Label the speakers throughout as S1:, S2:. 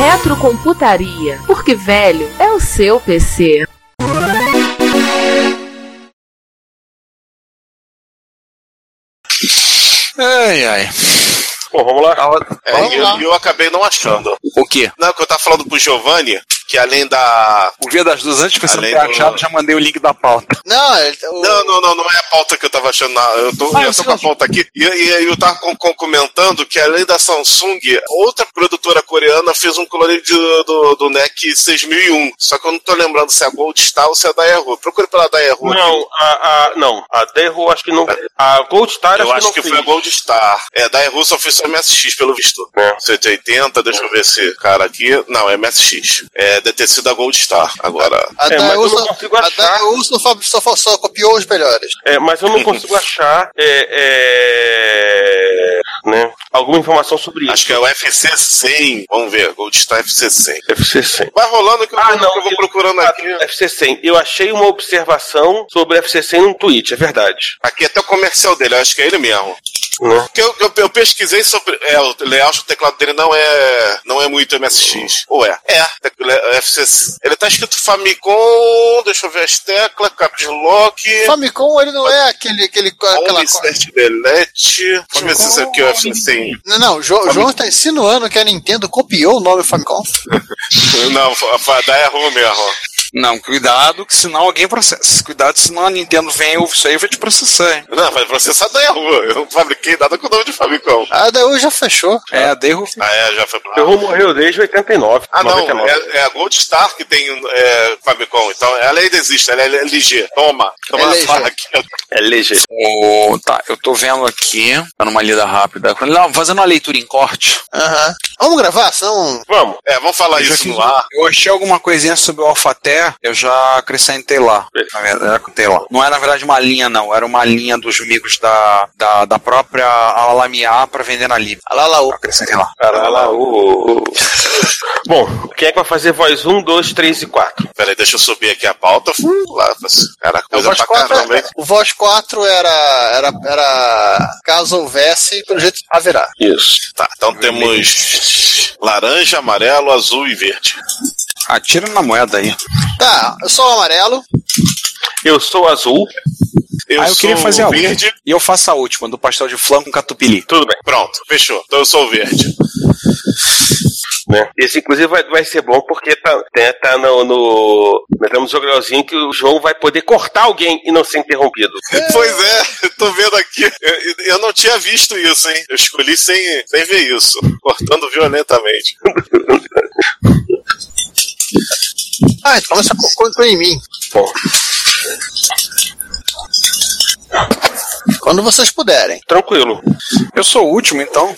S1: Retrocomputaria, porque velho é o seu PC.
S2: Ai, ai.
S3: Bom, vamos lá.
S2: É,
S4: Vamos
S2: e eu,
S4: lá.
S2: e eu acabei não achando.
S3: O quê?
S2: Não, que eu tava falando pro Giovanni, que além da.
S3: O Via das Duas, antes que você
S2: Além
S3: ter
S2: do-
S3: achado, já mandei o link da pauta.
S4: Não, ele- o-
S2: Não, não, não, não é a pauta que eu tava achando. não. Eu tô,
S3: Ah,
S2: eu
S3: você
S2: tô com a
S3: achou?
S2: pauta aqui. E, e eu tava com- com- comentando que além da Samsung, outra produtora coreana fez um clone de- do, do NEC 6001. Só que eu não tô lembrando se é a Gold Star ou se é a Daewoo. Procure pela Daewoo.
S3: Não,
S2: aqui.
S3: eu
S2: Eu
S3: a, não, a Derro acho que não. A Gold Star
S2: acho, que, foi a Gold Star. É, Daewoo só fez só MSX, pelo visto.
S3: É.
S2: 180, deixa eu ver esse cara aqui. Não, é MSX. É DTC da Gold Star. Agora.
S4: a
S3: É, mas
S4: Daewoo
S3: eu não
S4: só-
S3: consigo
S4: a
S3: achar.
S4: Daewoo só, fa- só, fa- só copiou os melhores.
S3: É, mas eu não consigo achar é, é, né, alguma informação sobre
S2: Acho que é o FC100. Vamos ver, Gold Star FC100.
S3: isso. FC100.
S2: Vai rolando que eu,
S3: Ah,
S2: vou-
S3: não,
S2: que eu vou
S3: eu-
S2: procurando
S3: Ah,
S2: aqui.
S3: FC100. Eu achei uma observação sobre FC100 num tweet, é verdade.
S2: Aqui até o comercial dele, eu acho que é ele mesmo.
S3: Né?
S2: Porque eu, eu- eu pesquisei sobre. É, o layout do teclado dele não é. Não é muito MSX. Ou é? É. Tec- le- FC. Ele tá escrito Famicom. Deixa eu ver as teclas. Caps Lock.
S4: Famicom, ele não é aquele. aquele aquela,
S2: Omniset Delete. Deixa eu ver se isso aqui é o FC100.
S4: não, não, o Jo- o João está insinuando que a Nintendo copiou o nome Famicom.
S2: Não, fa- fa- dá erro mesmo.
S5: Não, cuidado, que senão alguém processa. Cuidado, senão a Nintendo vem e ouve isso aí e vai te processar, hein?
S2: Não, vai processar da erro. Eu não fabriquei nada com o nome de Famicom.
S4: A Daewoo já fechou.
S5: É, a Derro.
S2: Ah, é, já foi pra
S3: Derro morreu desde 89.
S2: Ah, não,
S3: 99.
S2: é, é a Gold Star que tem é, Famicom, então ela ainda existe, ela é LG. Toma, toma
S4: LG.
S2: essa aqui.
S3: É LG.
S5: O- tá, eu tô vendo aqui, dando uma lida rápida. Quando- não, fazendo uma leitura em corte.
S4: Aham. Vamos gravar? Senão.
S3: Vamos.
S2: É, vamos falar
S5: eu, já
S2: isso
S5: fiz-
S2: no ar.
S5: eu achei alguma coisinha sobre o Alphater, eu já acrescentei lá. Na verdade, acrescentei lá. Não era, na verdade, uma linha, não. Era uma linha dos amigos da, da, da própria Alamiá pra vender na Libra.
S4: Alalaô.
S5: Eu Acrescentei lá.
S3: Caralho. ô, ô. Bom, quem é que vai fazer voz 1, 2, 3 e 4?
S2: Peraí, deixa eu subir aqui a pauta. Fui Lá, cara,
S4: O
S2: coisa
S4: Voz
S2: pra
S4: 4,
S2: caramba, hein?
S4: era, o Voz 4 era, era, era. Caso houvesse, pelo jeito tá haverá.
S3: Isso.
S2: Tá, então temos laranja, amarelo, azul e verde.
S5: Atira Ah, na moeda aí.
S4: Tá, eu sou o amarelo.
S3: Eu sou azul.
S2: Eu,
S5: ah, eu
S2: sou
S5: queria fazer a
S2: o
S5: outra.
S2: verde.
S5: E eu faço a última, do pastel de flan com catupiry.
S3: Tudo bem.
S2: Pronto, fechou. Então eu sou o verde.
S3: Né? Esse, inclusive, vai, vai ser bom porque tá, né, tá no, no. Nós temos um grauzinho que o João vai poder cortar alguém e não ser interrompido.
S2: Pois é, eu tô vendo aqui. Eu, eu não tinha visto isso, hein? Eu escolhi sem, sem ver isso. Cortando violentamente.
S4: Ah, então começa com quanto em mim.
S3: Bom,
S4: Quando vocês puderem.
S3: tranquilo.
S5: Eu sou o último, então.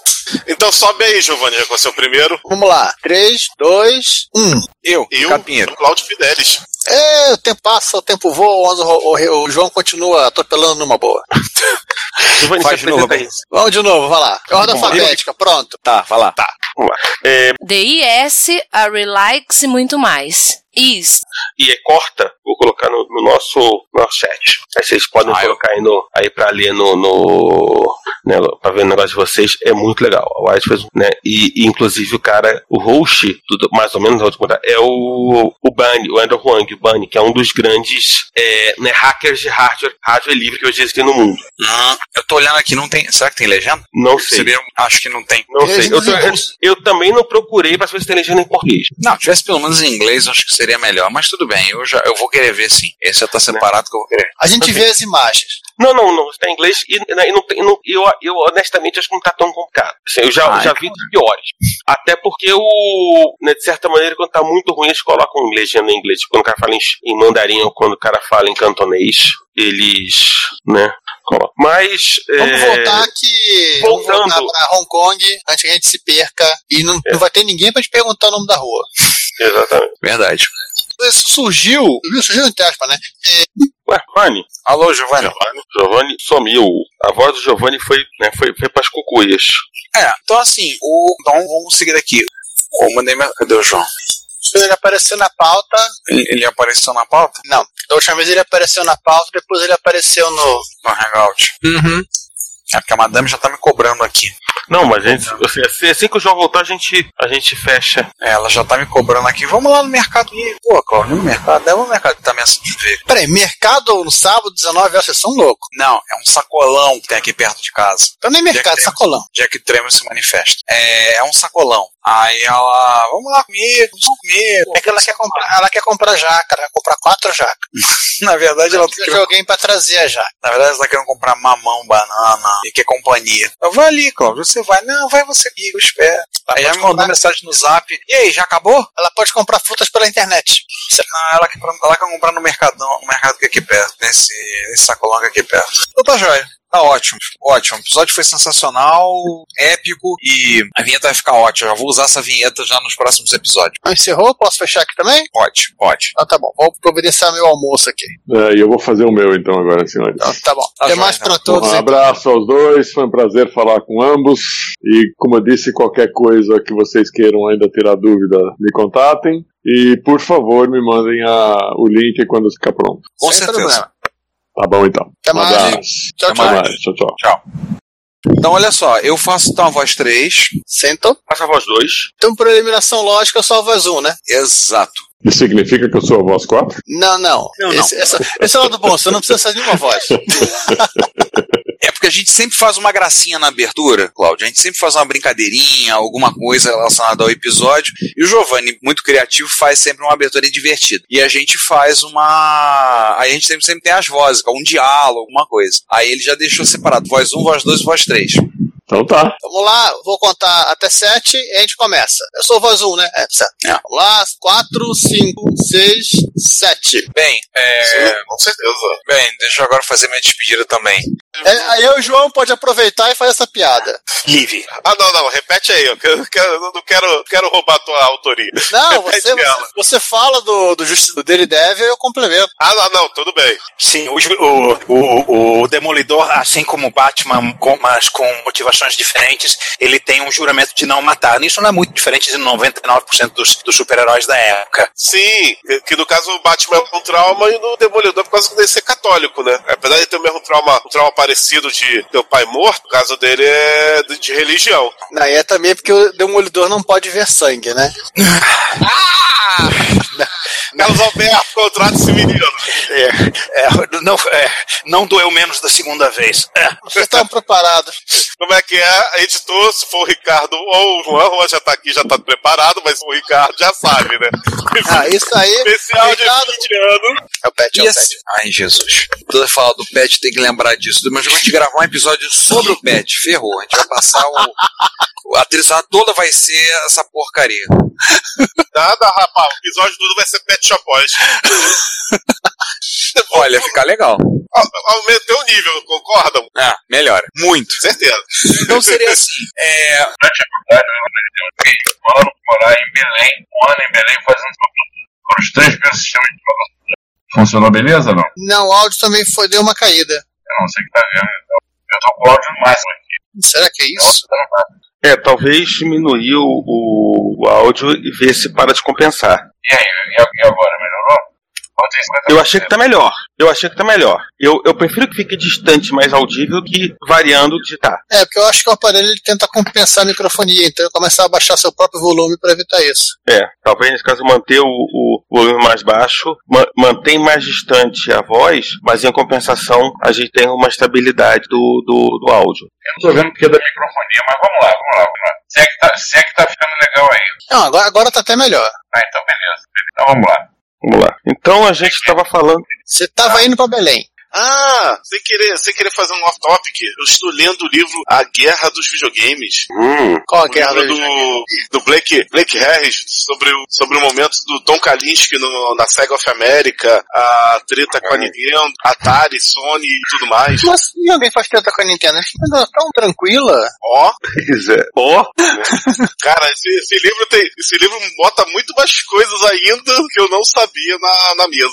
S2: Então sobe aí, Giovanni, já com seu primeiro.
S4: Vamos lá. 3, 2, 1.
S5: Eu,
S2: Eu,
S5: Capinheiro.
S2: Cláudio Fidelis.
S4: É, o tempo passa, o tempo voa, o, Onze- o- o- o João continua atropelando numa boa.
S3: Giovanni,
S5: Faz
S3: se
S5: de novo,
S3: apresenta aí.
S4: Vamos de novo, vai lá. É Ordem
S5: Bom,
S4: alfabética, pronto.
S5: Tá, vai lá.
S3: Vamos lá. É,
S1: DIS, a Relax e muito mais. Is.
S3: e é corta, vou colocar no, no nosso, nosso chat. Aí vocês podem
S5: Ah, eu-
S3: colocar aí, no, aí pra ler no. no né, pra ver o negócio de vocês. É muito legal. O Wise fez um- né, e, e, inclusive o cara, o host, do- mais ou menos, eu vou te contar, é o, o Bunny, o Andrew Huang, o Bunny, que é um dos grandes é, né, hackers de hardware, hardware livre que hoje existem no mundo.
S5: Hum, eu tô olhando aqui, não tem. Será que tem legenda?
S3: Não sei.
S5: Seria- um- Acho que não tem.
S3: Não sei. Eu,
S4: Legendas em
S3: tô-
S4: russo.
S3: eu também não procurei pra ver se tem legenda em português.
S5: Não, tivesse pelo menos em inglês, acho que seria melhor. Mas tudo bem, eu já eu vou querer ver sim. Esse já tá separado que eu vou querer.
S4: A gente vê as imagens.
S3: Não, não, não. Está em inglês e, né, e não, tem- não- eu, eu honestamente acho que não está tão complicado. Assim, eu já,
S5: Ah,
S3: já
S5: é
S3: vi dos piores. Até porque o. né, de certa maneira, quando tá muito ruim, eles colocam inglês legenda em inglês. Quando o cara fala em, ch- em mandarim ou quando o cara fala em cantonês, eles. né? colocam. Mas.
S4: Vamos
S3: é,
S4: voltar que.
S3: voltando.
S4: Vamos voltar pra Hong Kong antes que a gente se perca e não, não vai ter ninguém pra te perguntar o nome da rua.
S3: Exatamente.
S5: Verdade.
S4: Isso surgiu. Surgiu entre aspas, né?
S3: Ué, Rony,
S5: Alô, Giovanni?
S3: Giovanni, Giovanni sumiu. A voz do Giovanni foi, né, foi, foi pras cucuias.
S5: É, então assim, o. Então vamos seguir aqui. Eu mandei minha. Cadê o João?
S4: Ele apareceu na pauta.
S5: Ele, ele apareceu na pauta?
S4: Não. Da última vez ele apareceu na pauta, depois ele apareceu no.
S5: No Hangout.
S4: Uhum.
S5: É porque a madame já tá me cobrando aqui.
S3: Não, mas a gente, assim, assim que o João voltar, a gente, a gente fecha.
S5: É, Ela já tá me cobrando aqui. Vamos lá no mercado. Ih, Pô, Cláudio, no mercado. Deve no mercado que tá me ver.
S4: Peraí, mercado no sábado, 19 horas, vocês são loucos.
S5: Não, é um sacolão que tem aqui perto de casa.
S4: Então nem mercado,
S5: Jack
S4: sacolão.
S5: Jack Tremor se manifesta. É, é um sacolão. Aí ela, vamos lá comer, vamos lá comer.
S4: É que ela quer comprar, ela quer comprar jaca, ela quer comprar quatro jacas.
S5: Na verdade, ela tá
S4: Precisa de
S5: querendo,
S4: alguém pra trazer a jaca.
S5: na verdade, ela tá querendo comprar mamão, banana e que companhia. Eu vou ali, Cláudio, você vai. Não, vai você comigo, eu espero. Aí ela me mandou mensagem no zap. E aí, já acabou?
S4: Ela pode comprar frutas pela internet.
S5: Não, Ah, ela quer, ela quer comprar no mercadão, no mercado que é aqui perto, nesse, nesse sacolão que é aqui perto. Então tá joia. Tá ótimo, ótimo. O episódio foi sensacional, épico e a vinheta vai ficar ótima. Eu já vou usar essa vinheta já nos próximos episódios.
S4: Então, Encerrou? Posso fechar aqui também?
S5: Ótimo, ótimo.
S4: Ah, tá bom. Vou providenciar meu almoço aqui.
S6: É, e eu vou fazer o meu então agora, senhores.
S4: Tá, tá bom.
S5: Tá
S4: Até
S5: joia,
S4: mais
S5: então.
S4: pra todos.
S6: Um
S4: hein?
S6: abraço aos dois, foi um prazer falar com ambos. E como eu disse, qualquer coisa que vocês queiram ainda tirar dúvida, me contatem. E por favor, me mandem a- o link quando ficar pronto.
S5: Com
S4: Sem
S5: certeza.
S4: problema.
S6: Tá bom então.
S4: Até
S6: Um
S4: mais,
S6: abraço.
S4: Tchau,
S5: Até
S6: Até
S4: tchau.
S6: mais. Tchau, tchau.
S5: Então, olha só, eu faço então a voz 3.
S4: Sentam.
S3: Passa a voz 2.
S4: Então, por eliminação lógica, eu só a voz 1, né?
S5: Exato.
S6: Isso significa que eu sou a voz 4?
S4: Não, não.
S5: Não, não.
S4: esse, Essa, esse é o lado bom, você não precisa sair de nenhuma voz.
S5: É porque a gente sempre faz uma gracinha na abertura, Cláudio. A gente sempre faz uma brincadeirinha, alguma coisa relacionada ao episódio. E o Giovanni, muito criativo, faz sempre uma abertura divertida. E a gente faz uma. Aí a gente sempre, sempre tem as vozes, um diálogo, alguma coisa. Aí ele já deixou separado: voz 1, voz 2 e voz 3.
S6: Então tá.
S4: Vamos lá, vou contar até 7 e a gente começa. Eu sou voz 1, né? É, certo.
S5: É.
S4: Vamos lá, 4, 5, 6, 7.
S5: Bem, é...
S2: Com certeza.
S5: bem, deixa eu agora fazer minha despedida também.
S4: É, aí eu e o João pode aproveitar e fazer essa piada.
S5: Live.
S2: Ah, não, não, repete aí. Eu, quero, eu quero- eu não quero, quero roubar a tua autoria.
S4: Não, você,
S2: Repete ela.
S4: você, você fala do, do, justi- do Daily Devil e eu complemento.
S2: Ah, não, não, tudo bem.
S7: Sim, o, ju- o, o, o Demolidor, assim como o Batman, com- mas com motivações diferentes, ele tem um juramento de não matar. Isso não é muito diferente de 99% dos, dos super-heróis da época.
S2: Sim, que- que no caso o Batman é um trauma e no Demolidor é por causa dele ser católico, né? Apesar de ter o mesmo trauma, um trauma parecido de ter o pai morto, o caso dele é de, de religião.
S4: Não, e é também porque o Demolidor não pode ver sangue, né?
S2: Carlos Alberto, contrata esse menino.
S7: É, é, não, é, não doeu menos da segunda vez. É,
S4: Vocês estão preparados.
S2: Como é que é? Editor, se for o Ricardo ou o Juan, o Juan já tá aqui, já tá preparado, mas o Ricardo já sabe, né?
S4: Ah, isso aí.
S2: Especial de
S4: Ricardo-
S2: fim de ano.
S4: É o Pet, é
S5: E
S4: o
S5: assim-
S4: Pet.
S5: Ai, Jesus. Toda fala do Pet tem que lembrar disso. Mas vamos gravar um episódio sobre o Pet. Ferrou. A gente vai passar o. o- A trilha sonora toda vai ser essa porcaria.
S2: Nada, rapaz. O episódio tudo vai ser Pet Shop Boys.
S5: Olha, fica legal.
S2: Au- Aumentei o nível, concordam?
S5: É, melhora. Muito.
S2: Certeza.
S5: Então seria assim. É...
S8: morar em Belém, um ano em Belém fazendo produto. Foram os três meses que eu estava. Funcionou beleza ou não?
S4: Não, o áudio também foi, deu uma caída.
S8: Eu não sei o que tá vendo. então. Eu tô com o áudio máximo aqui.
S4: Será que é isso?
S3: É, talvez diminuir o, o- o áudio e ver se para de compensar.
S8: E aí, e e agora? Melhorou? Bota em 50%.
S3: Eu achei que tá melhor. Eu achei que tá melhor. Eu, eu prefiro que fique distante, mais audível, que variando de tá.
S4: É, porque eu acho que o aparelho ele tenta compensar a microfonia, então eu começar a baixar seu próprio volume para evitar isso.
S3: É, talvez nesse caso manter o, o volume mais baixo, ma- mantém mais distante a voz, mas em compensação a gente tem uma estabilidade do, do, do áudio.
S8: Eu não tô vendo porque é da microfonia, mas vamos lá, vamos lá, vamos lá. Se é que tá, se é que tá ficando legal ainda.
S4: Não, agora, agora tá até melhor.
S8: Ah, então beleza. Então vamos lá.
S3: Vamos lá. Então a gente estava falando.
S4: Você tava indo para Belém.
S2: Ah, sem querer, sem querer fazer um off-topic, eu estou lendo o livro A Guerra dos Videogames.
S4: Qual a
S2: O
S4: guerra
S2: livro
S4: do...
S2: do, do Blake, Blake Harris sobre o, sobre o momento do Tom Kalinske no, na Sega of America, a treta
S4: É.
S2: com a Nintendo, Atari, Sony e tudo mais.
S4: Nossa, e alguém faz treta com a Nintendo? Mas ela é tão tranquila.
S2: Ó,
S3: Pois é. Ó,
S2: cara, esse, esse livro tem, esse livro bota muito mais coisas ainda que eu não sabia na, na mesa.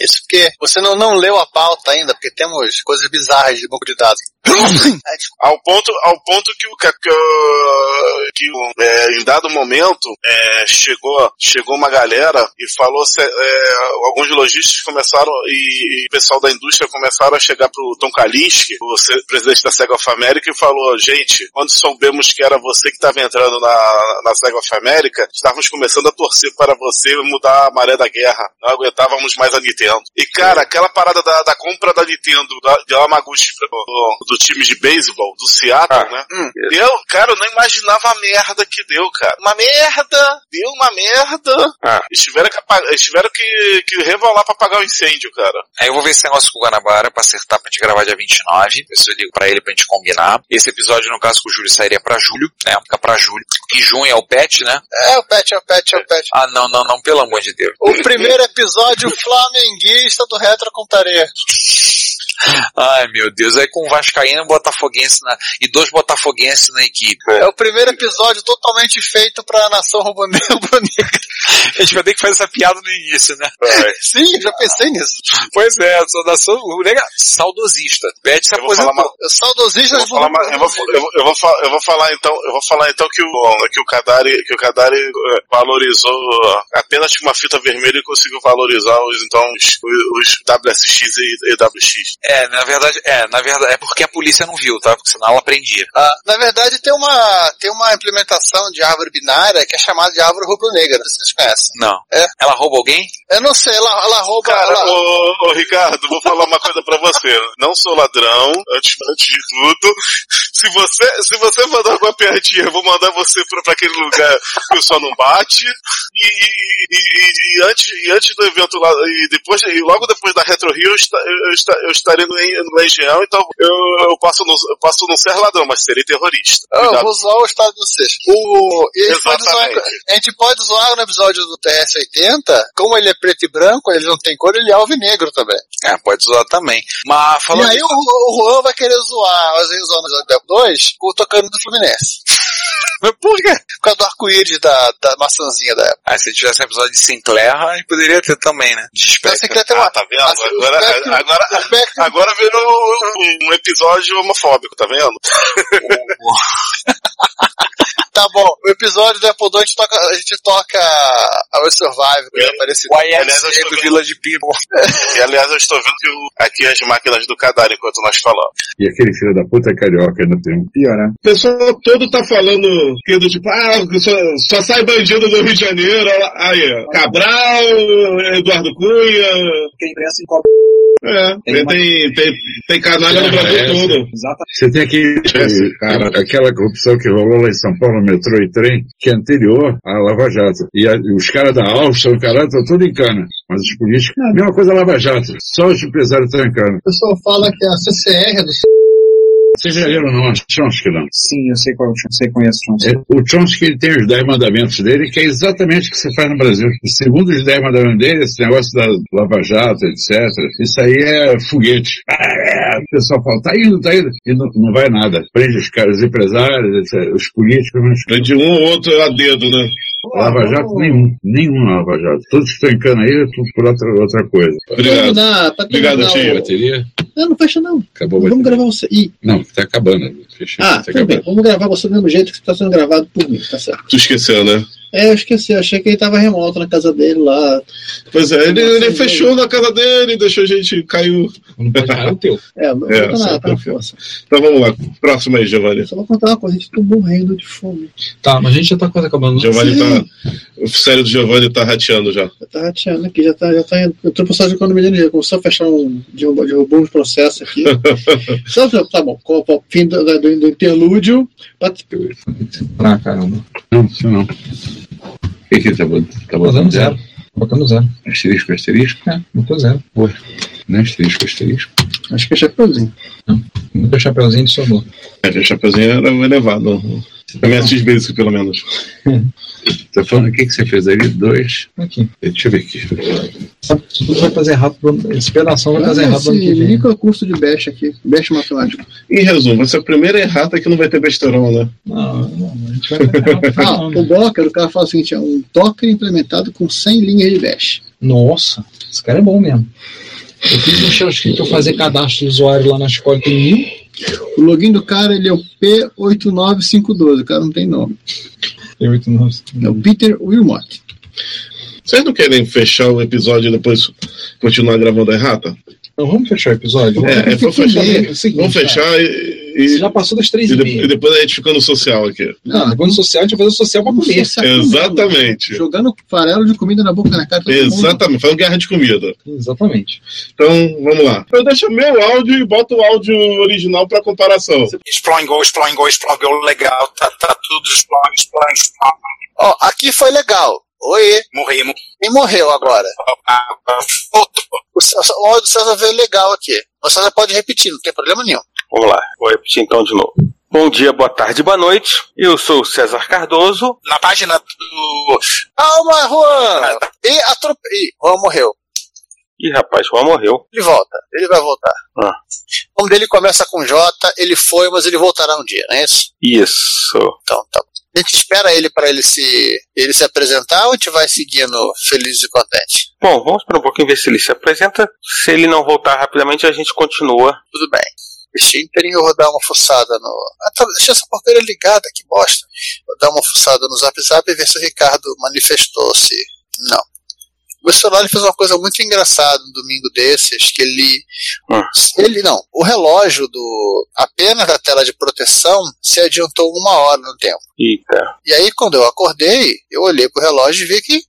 S4: É isso porque você não, não leu a pauta ainda, porque temos coisas bizarras de banco de dados. Ai, desculpa.
S2: Ao ponto, ao ponto que o que, que, o- que o- é, em dado momento é, chegou, chegou uma galera e falou se- é, alguns lojistas começaram e, e o pessoal da indústria começaram a chegar pro Tom Kalinske, o se- presidente da Sega of America, e falou: gente, quando soubemos que era você que estava entrando na, na Sega of America, estávamos começando a torcer para você mudar a maré da guerra. Não aguentávamos mais a Nintendo. E cara, aquela parada da, da compra da Nintendo, da, de Yamaguchi pra- do, do time de beisebol, do Seattle,
S3: Ah,
S2: né? Deu, cara, eu não imaginava a merda que deu, cara. Uma merda! Deu uma merda!
S3: Ah.
S2: Eles tiveram que, apa- eles tiveram que, que revelar pra apagar o incêndio, cara.
S5: Aí eu vou ver esse negócio com o Guanabara pra acertar pra gente gravar dia 29. Isso eu ligo pra ele pra gente combinar. Esse episódio, no caso, com o Júlio sairia pra julho, né? Fica pra julho. Em junho é o pet, né?
S4: É o pet, é o pet, é o pet.
S5: Ah, não, não, não, pelo amor de Deus.
S4: O primeiro episódio flamenguista do Retro Contaré.
S5: Ai, meu Deus. Aí com o Vascaíno, um Botafoguense na... e dois Botafoguenses na equipe.
S4: É o primeiro episódio totalmente feito pra nação rubro-negra.
S5: A gente vai ter que fazer essa piada no início, né?
S4: Sim, já
S2: Ah,
S4: pensei ninisso.
S5: Pois é, eu sou nação nega saudosista. Pet se
S2: Eu vou falar
S5: aposentou.
S4: Eu saudosista
S2: Eu vou falar,
S4: né,
S2: mais- eu vou, eu vou- eu vou fa- eu vou falar então, eu vou falar então que o que o Kadari, que o Kadari eh, valorizou apenas com uma fita vermelha e conseguiu valorizar os então os, os WSX e, e WX.
S5: É, na verdade, é, na verdade, é porque a polícia não viu, tá? Porque senão ela prendia.
S4: Ah, na verdade, tem uma, tem uma implementação de árvore binária que é chamada de árvore rubro-negra. não sei se Vocês conhecem?
S5: Não.
S4: É.
S5: Ela rouba alguém?
S4: Eu não sei, ela, ela rouba.
S2: Cara,
S4: ela-
S2: ô, ô, Ricardo, vou falar uma coisa pra você. Não sou ladrão, antes, antes de tudo. Se você, se você mandar alguma piadinha, eu vou mandar você pra, pra aquele lugar que o sol não bate. E, e- e- e antes, e antes do evento lá, e depois, e logo depois da Retro Rio, eu, esta- eu esta- eu estarei no, en- no Legião, então eu, eu passo no, eu passo não ser ladrão, mas serei terrorista.
S4: Ah, eu
S2: Cuidado.
S4: vou zoar o estado de vocês. O, e a, gente pode zoar,
S2: Exatamente.
S4: a gente pode zoar no episódio do TS-80, como ele é preto e branco, ele não tem cor, ele é alvinegro também.
S5: É, pode zoar também. Mas falando
S4: e aí o, o Juan vai querer zoar, às vezes, zoar no episódio 2, o tocando do Fluminense.
S5: por quê?
S4: Por causa do arco-íris da, da maçãzinha da época.
S5: Ah, se tivesse um episódio de Sinclair, aí poderia ter também, né? De
S4: Então
S5: espectro.
S4: você queria ter uma.
S2: Ah, tá vendo? Agora,
S4: Aspecto-
S2: agora,
S4: aspecto-
S2: agora virou um- um episódio homofóbico, tá vendo?
S4: Tá bom, o episódio do Apple II a gente toca, a gente toca a Will Survive, que é parecido.
S5: O
S2: Aliás, eu
S5: YMCA
S2: estou
S5: do
S2: vendo-
S5: Vila de People.
S2: E aliás, eu estou vendo que o- aqui as máquinas do Kadar enquanto nós falamos.
S9: E aquele filho da puta é carioca ainda tem pior, né?
S2: O pessoal todo tá falando que do tipo, ah, só, sai bandido do Rio de Janeiro. Aí, Cabral, Eduardo Cunha.
S10: Quem cresce em cobre.
S2: É,
S10: Tem-
S2: tem, tem canalha
S9: no Brasil É, todo.
S10: Exatamente.
S9: Você tem aquele, esse, cara, aquela corrupção que rolou lá em São Paulo, metrô e trem, que é anterior à Lava Jato. E a- os caras da Alstom, o caralho, estão tudo em cana. Mas os políticos, é a mesma coisa a Lava Jato. Só os empresários estão em cana.
S4: O pessoal fala que é a CCR do
S9: Vocês já leram não, Chomsky não?
S10: Sim, eu sei qual é o Chon- sei conheço o Chon.
S9: É, o Chomsky ele tem os 10 mandamentos dele, que é exatamente o que se faz no Brasil. E Segundo os 10 mandamentos dele, esse negócio da Lava Jato, etc., isso aí é foguete. Ah, O pessoal fala, tá indo, tá indo. E não, não vai nada. Prende os caras, os empresários, etc., os políticos, mas
S2: de um ou outro a dedo, né?
S9: Lava Jato, nenhum. Nenhum Lava Jato. Todos que estão em cana aí, tudo por outra, outra coisa.
S2: Obrigado. Obrigado,
S9: Tem
S2: tio.
S9: bateria?
S10: Ah, tá, Não, não fecha não.
S9: Acabou a
S10: Vamos
S9: bateria.
S10: gravar você. Ih,
S9: Não, tá acabando. Fecha,
S10: ah,
S9: tá
S10: tudo bem.
S9: acabando.
S10: Vamos gravar você do mesmo jeito que está sendo gravado por mim, tá certo.
S2: Tu esqueceu, né?
S10: É, eu esqueci, eu achei que ele tava remoto na casa dele lá.
S2: Pois é, ele,
S10: ele
S2: fechou
S10: fechou
S2: na casa dele, deixou a gente caiu.
S9: Não pode parar o teu.
S10: É, mas
S2: É,
S10: não tá
S2: sim,
S10: na, tá na
S2: sim.
S10: força.
S2: Então vamos lá, próximo aí, Giovanni.
S10: Eu só vou contar uma coisa, a gente tá morrendo de fome.
S9: Tá, mas a gente já tá quase acabando.
S2: Giovanni tá. O sério do Giovanni tá rateando já.
S10: Já tá rateando aqui, já tá, já tá indo. Eu tô passando de economia de energia, começou a fechar um. derrubou, derrubou uns processos aqui. Só, tá bom, com o fim do, do, do interlúdio. Pat-
S9: Ah, caramba. Não, isso não. O que que tá botando? Tá botando zero? Botando zero. né, Asterisco, asterisco? É, botou zero. Foi. Não é asterisco, asterisco.
S10: Acho que é Chapeuzinho.
S11: Nunca Hum, Chapeuzinho de sobrou.
S12: É, o Chapeuzinho era um elevado. Também assisti vezes, pelo menos.
S9: Tá falando o que, que você fez ali? Dois.
S11: Aqui.
S9: Deixa eu ver aqui.
S11: Isso tudo vai fazer rápido. Esse pedação vai fazer rápido ano que
S10: Esse
S11: vem.
S10: micro curso de Bash aqui, Bash Matemático.
S12: Em resumo, essa é a primeira errata que não vai ter besterol, né? Não,
S10: Ah, o Blocker, o cara fala o seguinte: é um docker implementado com 100 linhas de Bash.
S11: Nossa, esse cara é bom mesmo. Eu fiz um JavaScript pra fazer cadastro de usuário lá na escola, tem mil.
S10: O login do cara ele é o P89512, o cara não tem nome. É o Peter Wilmot.
S12: Vocês não querem fechar o episódio e depois continuar gravando a errata?
S11: Então vamos fechar o episódio?
S12: É, é, vamos
S11: Porque
S12: fechar.
S11: também é o seguinte,
S12: vamos fechar e. e-
S11: já passou das três
S12: e,
S11: e
S12: de-
S11: meia.
S12: e depois a gente fica no social aqui.
S11: Não, depois no social, a gente vai fazer social pra comer.
S12: Exatamente.
S10: Jogando farelo de comida na boca na cara. de todo mundo.
S12: Exatamente, fazendo guerra de comida.
S11: Exatamente.
S12: Então, vamos lá. Eu deixo meu áudio e boto o áudio original pra comparação.
S7: Explangou, explangou, explangou, legal, tá, tá tudo explode, explode, explode.
S4: Ó, aqui foi legal. Oi.
S7: Morremos.
S4: Quem morreu agora?
S7: Outro.
S4: O, César- o áudio do César veio legal aqui. O César pode repetir, não tem problema nenhum.
S3: Vamos lá, vou repetir então de novo. Bom dia, boa tarde, boa noite. Eu sou o César Cardoso.
S7: Na página do.
S4: Calma, Juan! E atropelou. Juan morreu.
S3: Ih, rapaz, Juan morreu.
S4: Ele volta, ele vai voltar.
S3: Ah,
S4: O nome dele começa com J, ele foi, mas ele voltará um dia, não é isso?
S3: isso.
S4: Então, tá. bom. A gente espera ele para ele se ele se apresentar ou a gente vai seguindo feliz e contente?
S3: Bom, vamos esperar um pouquinho ver se ele se apresenta. Se ele não voltar rapidamente, a gente continua.
S4: Tudo bem. Deixa inteirinho eu vou dar uma fuçada no. Ah, tá, deixa essa porcaria ligada, que bosta. Vou dar uma fuçada no zap zap e ver se o Ricardo manifestou-se. Não. O meu celular ele fez uma coisa muito engraçada um domingo desses, que ele. Ele não. O relógio do. apenas da tela de proteção se adiantou uma hora no tempo.
S3: Eita.
S4: E aí, quando eu acordei, eu olhei pro relógio e vi que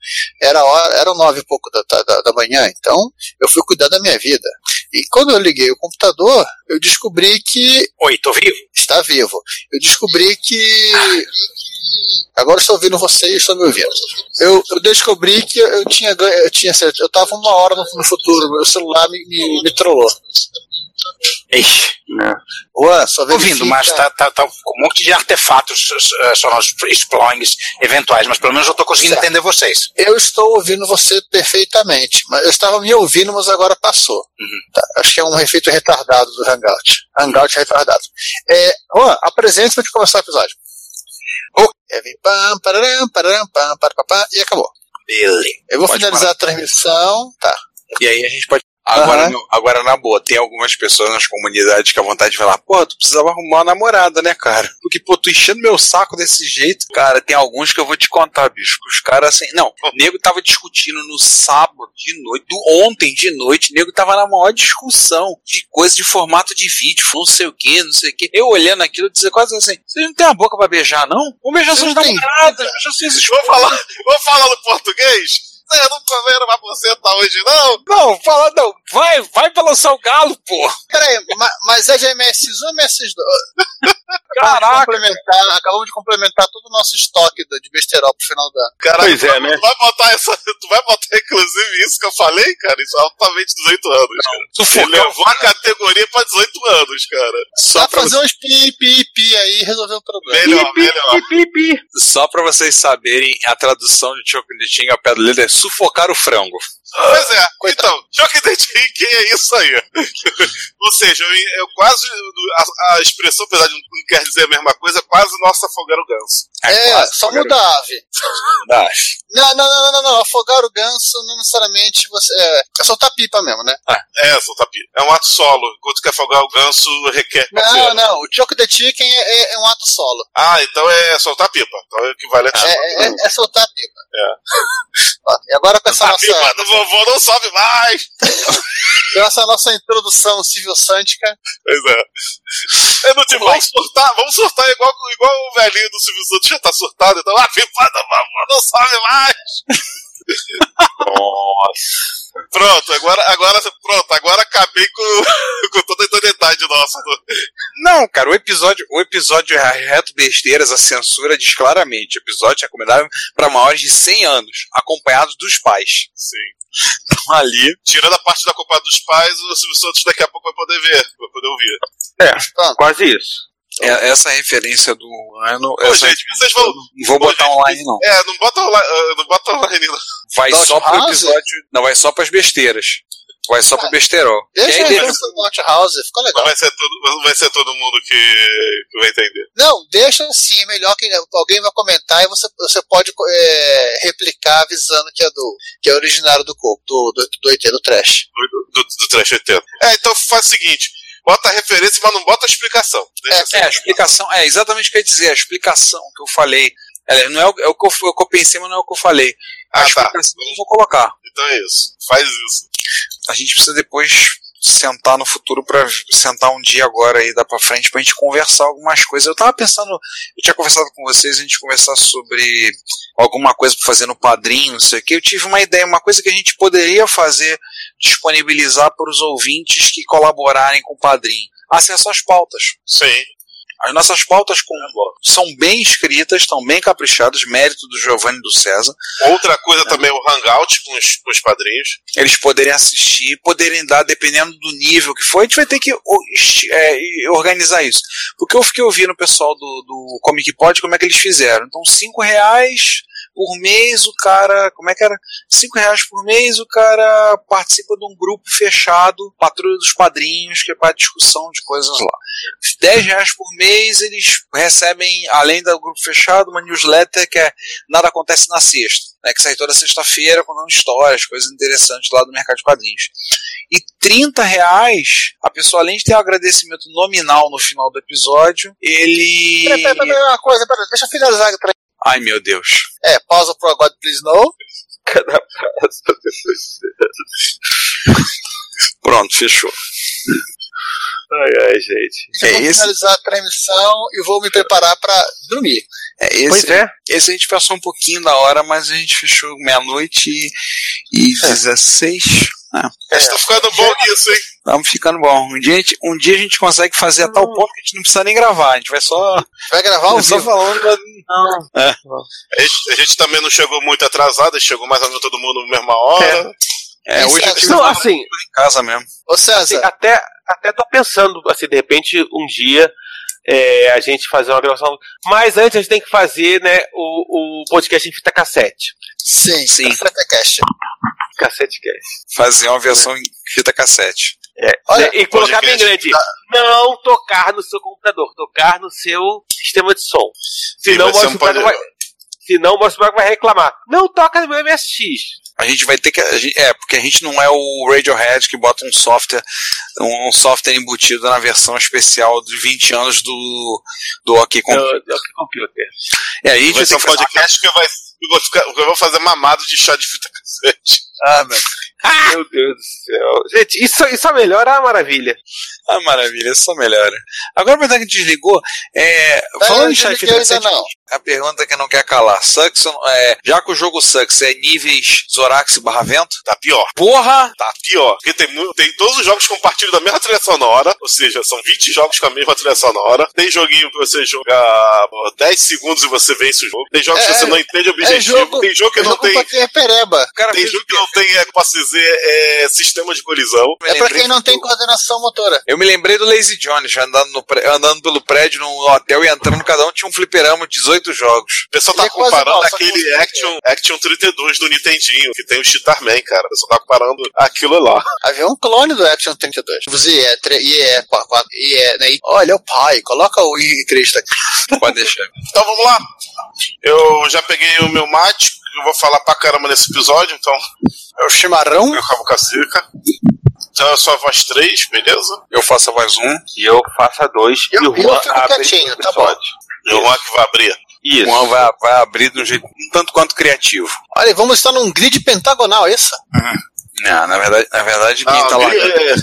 S4: era hora, era nove e pouco da, ta- da, da manhã. Então, eu fui cuidar da minha vida. E quando eu liguei o computador, eu descobri que.
S7: Oi, tô vivo?
S4: Está vivo. Eu descobri que. Agora eu estou ouvindo você e estou me ouvindo. Eu, eu descobri que eu, eu tinha ganho, eu tinha certeza. Eu estava uma hora no, no futuro, meu celular me, me, me trollou.
S7: Ixi.
S4: Juan, só
S7: Ouvindo, mas tá, tá, tá com um monte de artefatos eh, sonoros, explongs, eventuais, mas pelo menos eu tô conseguindo entender vocês.
S4: Eu estou ouvindo você perfeitamente. Mas eu estava me ouvindo, mas agora passou.
S2: Uhum.
S4: Tá, acho que é um efeito retardado do Hangout. Hangout retardado. É, Juan, apresente pra gente começar o episódio. É, vem pam, pararam, pararam, pam, parapapá, e acabou.
S5: Beleza.
S4: Eu vou
S5: Pode
S4: finalizar a transmissão. Tá.
S5: E aí a gente pode. Agora, no- agora na boa, tem algumas pessoas nas comunidades que a vontade de falar, pô, tu precisava arrumar uma namorada, né, cara? Porque, pô, tu enchendo meu saco desse jeito. Cara, tem alguns que eu vou te contar, bicho, que os caras assim. Não, o nego tava discutindo no sábado de noite, do ontem de noite, o nego tava na maior discussão de coisa de formato de vídeo, não sei o que, não sei o que. Eu olhando aquilo, eu dizia quase assim, vocês não tem uma boca pra beijar, não? Vamos beijar suas namoradas, beijar suas
S2: Vou falar, vou falar no português? Você não comeram uma porcenta tá hoje, não?
S5: Não, fala não. Vai, vai balançar o galo, pô.
S4: Peraí, ma- mas é de MS1 ou MS2?
S5: Caraca!
S4: Complementar, acabamos de complementar todo o nosso estoque do- de besterol pro final do ano.
S2: Caraca, tu
S3: é,
S2: vai-
S3: né?
S2: Tu vai botar essa. Tu vai botar, inclusive, isso que eu falei, cara? Isso é altamente 18 anos, cara.
S5: sufocão,
S2: Ele levou a categoria pra 18 anos, cara.
S4: Só Dá pra fazer uns pi, pi, pi aí e resolver o problema.
S5: Melhor, Pi, pi, Só pra vocês saberem, a tradução de Chocolatine ao pé da letra é sufocar o frango.
S2: Pois é, então, choque de quem é isso aí? Ou seja, eu, eu quase. A, a expressão, apesar de não quer dizer a mesma coisa, quase nossa afogar o ganso.
S4: É, só muda a ave.
S5: Dá.
S4: Não, não, não, não, não, não. Afogar o ganso não necessariamente você. É, é soltar pipa mesmo, né?
S2: É, Sotapi. É um ato solo. Enquanto que afogar o ganso requer.
S4: Não,
S2: parceiro.
S4: não. O Choco the Chicken é, é- é um ato solo.
S2: Ah, então é soltar pipa. Então é o que vale a
S4: É, é- é soltar a pipa. Ó, E agora com essa
S2: A
S4: nossa.
S2: pipa do vovô não sobe mais.
S4: com essa nossa introdução civil sântica.
S2: Pois é. Eu não te vamos surtar, vamos surtar igual, igual o velhinho do Silvio Santos já tá surtado, então a pipa do vovô não sobe mais.
S3: Nossa.
S2: Pronto, agora, agora, pronto, agora acabei com, com toda a idoneidade saudade nossa.
S5: Não, cara, o episódio, o episódio é Reto Besteiras, a censura diz claramente: episódio é recomendável para maiores de 100 anos, acompanhados dos pais.
S2: Sim.
S5: Então ali.
S2: Tirando a parte da Copa dos Pais, o Silvio Santos daqui a pouco vai poder ver, vai poder ouvir.
S3: É, quase isso.
S5: É, essa referência do ano.
S2: Pô,
S5: essa-
S2: gente, vocês vão.
S5: Não vou botar online, não.
S2: É, não bota online, ah, não. Bota online, não.
S5: Vai
S2: Dá
S5: só
S2: os
S5: pro
S2: rasos?
S5: episódio. Não, vai só pras besteiras. Vai só
S2: Ah,
S5: pro besterol. E aí,
S2: é
S4: Deixa a
S5: depois-
S4: referência do Watch House, ficou legal.
S2: Não vai ser todo, não vai ser todo mundo que, que vai entender.
S4: Não, deixa assim, é melhor que alguém vai comentar e você, você pode é, replicar avisando que é do que é originário do corpo, do, do, do ET do Trash.
S2: Do, do, do Trash 80. É, então faz o seguinte: bota a referência, mas não bota a explicação. Deixa assim.
S5: É, a explicação, é exatamente o que eu ia dizer, a explicação que eu falei. Ela não é o, é o que eu, f- o que eu pensei, mas não é o que eu falei. A explicação eu vou colocar.
S2: Então é isso, faz isso.
S5: A gente precisa depois sentar no futuro para sentar um dia agora aí dá para frente pra gente conversar algumas coisas. Eu tava pensando, eu tinha conversado com vocês, a gente conversar sobre alguma coisa para fazer no padrinho, não sei o que. Eu tive uma ideia, uma coisa que a gente poderia fazer, disponibilizar para os ouvintes que colaborarem com o padrinho. Acesso às pautas.
S2: Sim.
S5: As nossas pautas com- são bem escritas, estão bem caprichadas, mérito do Giovanni e do César.
S2: Outra coisa também é o Hangout com os, com os padrinhos.
S5: Eles poderem assistir, poderem dar, dependendo do nível que for, a gente vai ter que o- esti- é, e organizar isso. Porque eu fiquei ouvindo o pessoal do, do Comic Pod como é que eles fizeram. Então, cinco reais por mês o cara. Como é que era? Cinco reais por mês o cara participa de um grupo fechado, Patrulha dos Padrinhos, que é para discussão de coisas lá. 10 reais por mês eles recebem, além do grupo fechado, uma newsletter que é Nada Acontece na Sexta, né, que sai toda sexta-feira contando histórias, coisas interessantes lá do mercado de quadrinhos. E 30 reais, a pessoa além de ter o agradecimento nominal no final do episódio, ele...
S4: Peraí, peraí, peraí, É, uma coisa, peraí, deixa eu finalizar aqui pra
S5: Ai meu Deus.
S4: É, pausa pro God Please No.
S5: Pronto, fechou.
S3: Ai, ai, gente.
S4: vou finalizar a transmissão e vou me preparar pra dormir.
S5: É, esse,
S4: Pois é.
S5: Esse a gente passou um pouquinho da hora, mas a gente fechou meia-noite e, e 16. Ah,
S2: Tá ficando bom isso, hein?
S5: Estamos ficando bom. Um dia, a gente, um dia a gente consegue fazer a
S2: Hum.
S5: tal ponto que a gente não precisa nem gravar. A gente vai só.
S4: Vai gravar
S5: ao só falando. mas Não. É.
S2: A gente, a gente também não chegou muito atrasado, a gente chegou mais ou menos todo mundo na mesma hora.
S5: É,
S2: Isso,
S5: hoje eu
S2: é,
S5: tive
S2: não,
S5: uma-
S3: assim-
S5: em casa mesmo.
S4: Ô César.
S3: Assim, até, até tô pensando, assim, de repente, um dia é, a gente fazer uma gravação. Mas antes a gente tem que fazer, né, o, o podcast em fita cassete.
S4: Sim,
S5: Sim.
S4: Cash.
S3: Cassete cast.
S5: Fazer uma versão em fita cassete.
S3: É. Né, e colocar bem grande. Não tocar no seu computador, tocar no seu sistema de som. Senão o
S5: vai ser um
S3: Maurício Braga
S5: pode-
S3: vai. Senão o Maurício Braga vai reclamar. Não toca no meu MSX.
S5: A gente vai ter que. a gente- é, porque a gente não é o Radiohead que bota um software, um, um software embutido na versão especial de 20 anos do, do OK Computer.
S3: Do OK Computer.
S5: É, a gente
S2: vai
S5: vai
S2: ser
S5: ter
S2: um
S5: que fazer.
S2: podcast que eu, vai, eu, vou ficar, eu vou fazer mamado de chá de fita cassete.
S5: Ah, meu.
S3: Meu Deus do céu. Gente, isso, isso é melhor, ah, maravilha.
S5: Ah, maravilha, só melhora. Agora, aproveitar que desligou, é, falando de Chai
S4: Tá, desliguei ainda não.
S5: a pergunta que não quer calar. Sucks, é, já que o jogo Sucks é níveis Zorax e Barra Vento,
S2: Tá pior.
S5: Porra!
S2: Tá pior. Porque tem, mu- tem todos os jogos que compartilham da mesma trilha sonora, ou seja, são 20 jogos com a mesma trilha sonora. Tem joguinho que você joga ó, 10 segundos e você vence o jogo. Tem jogos
S4: É,
S2: que você
S4: é,
S2: não entende o objetivo.
S4: é jogo-
S2: tem jogo que
S4: é
S2: não
S4: jogo
S2: tem.
S4: pra quem é pereba.
S2: tem jogo que não tem, é, como posso dizer, é, sistema de colisão.
S4: É pra quem não tem coordenação motora.
S5: Eu me lembrei do Lazy Jones, já andando, no pré- andando pelo prédio, num hotel e entrando, cada um tinha um fliperama, 18 jogos.
S2: O pessoal
S4: é
S2: tá comparando aquele Action, Action 32 do Nintendinho, que tem o Cheater Man, cara. O pessoal tá comparando aquilo lá.
S4: Havia um clone do Action 32. E é, tre- e é, qua- qua- e é, né? e- Olha, é o pai, coloca o I tá? Cristo aqui.
S5: Pode deixar.
S2: Então vamos lá. Eu já peguei o meu mate, que eu vou falar pra caramba nesse episódio, então.
S4: É o chimarrão?
S2: Eu cabo cacica. Então é só voz 3, beleza?
S5: Eu faço a voz 1.
S3: E eu faço a 2. E
S2: Eu-
S3: o
S2: eu
S3: Juan
S2: fico
S3: abre
S2: quietinho,
S3: o
S2: tá bom.
S3: episódio.
S2: E o Juan que vai abrir.
S3: Isso.
S5: O Juan vai, vai abrir de um jeito um tanto quanto criativo.
S4: Olha, vamos estar num grid pentagonal, é isso?
S5: Não, na verdade, na verdade,
S2: Não,
S5: quem tá lá.
S2: é,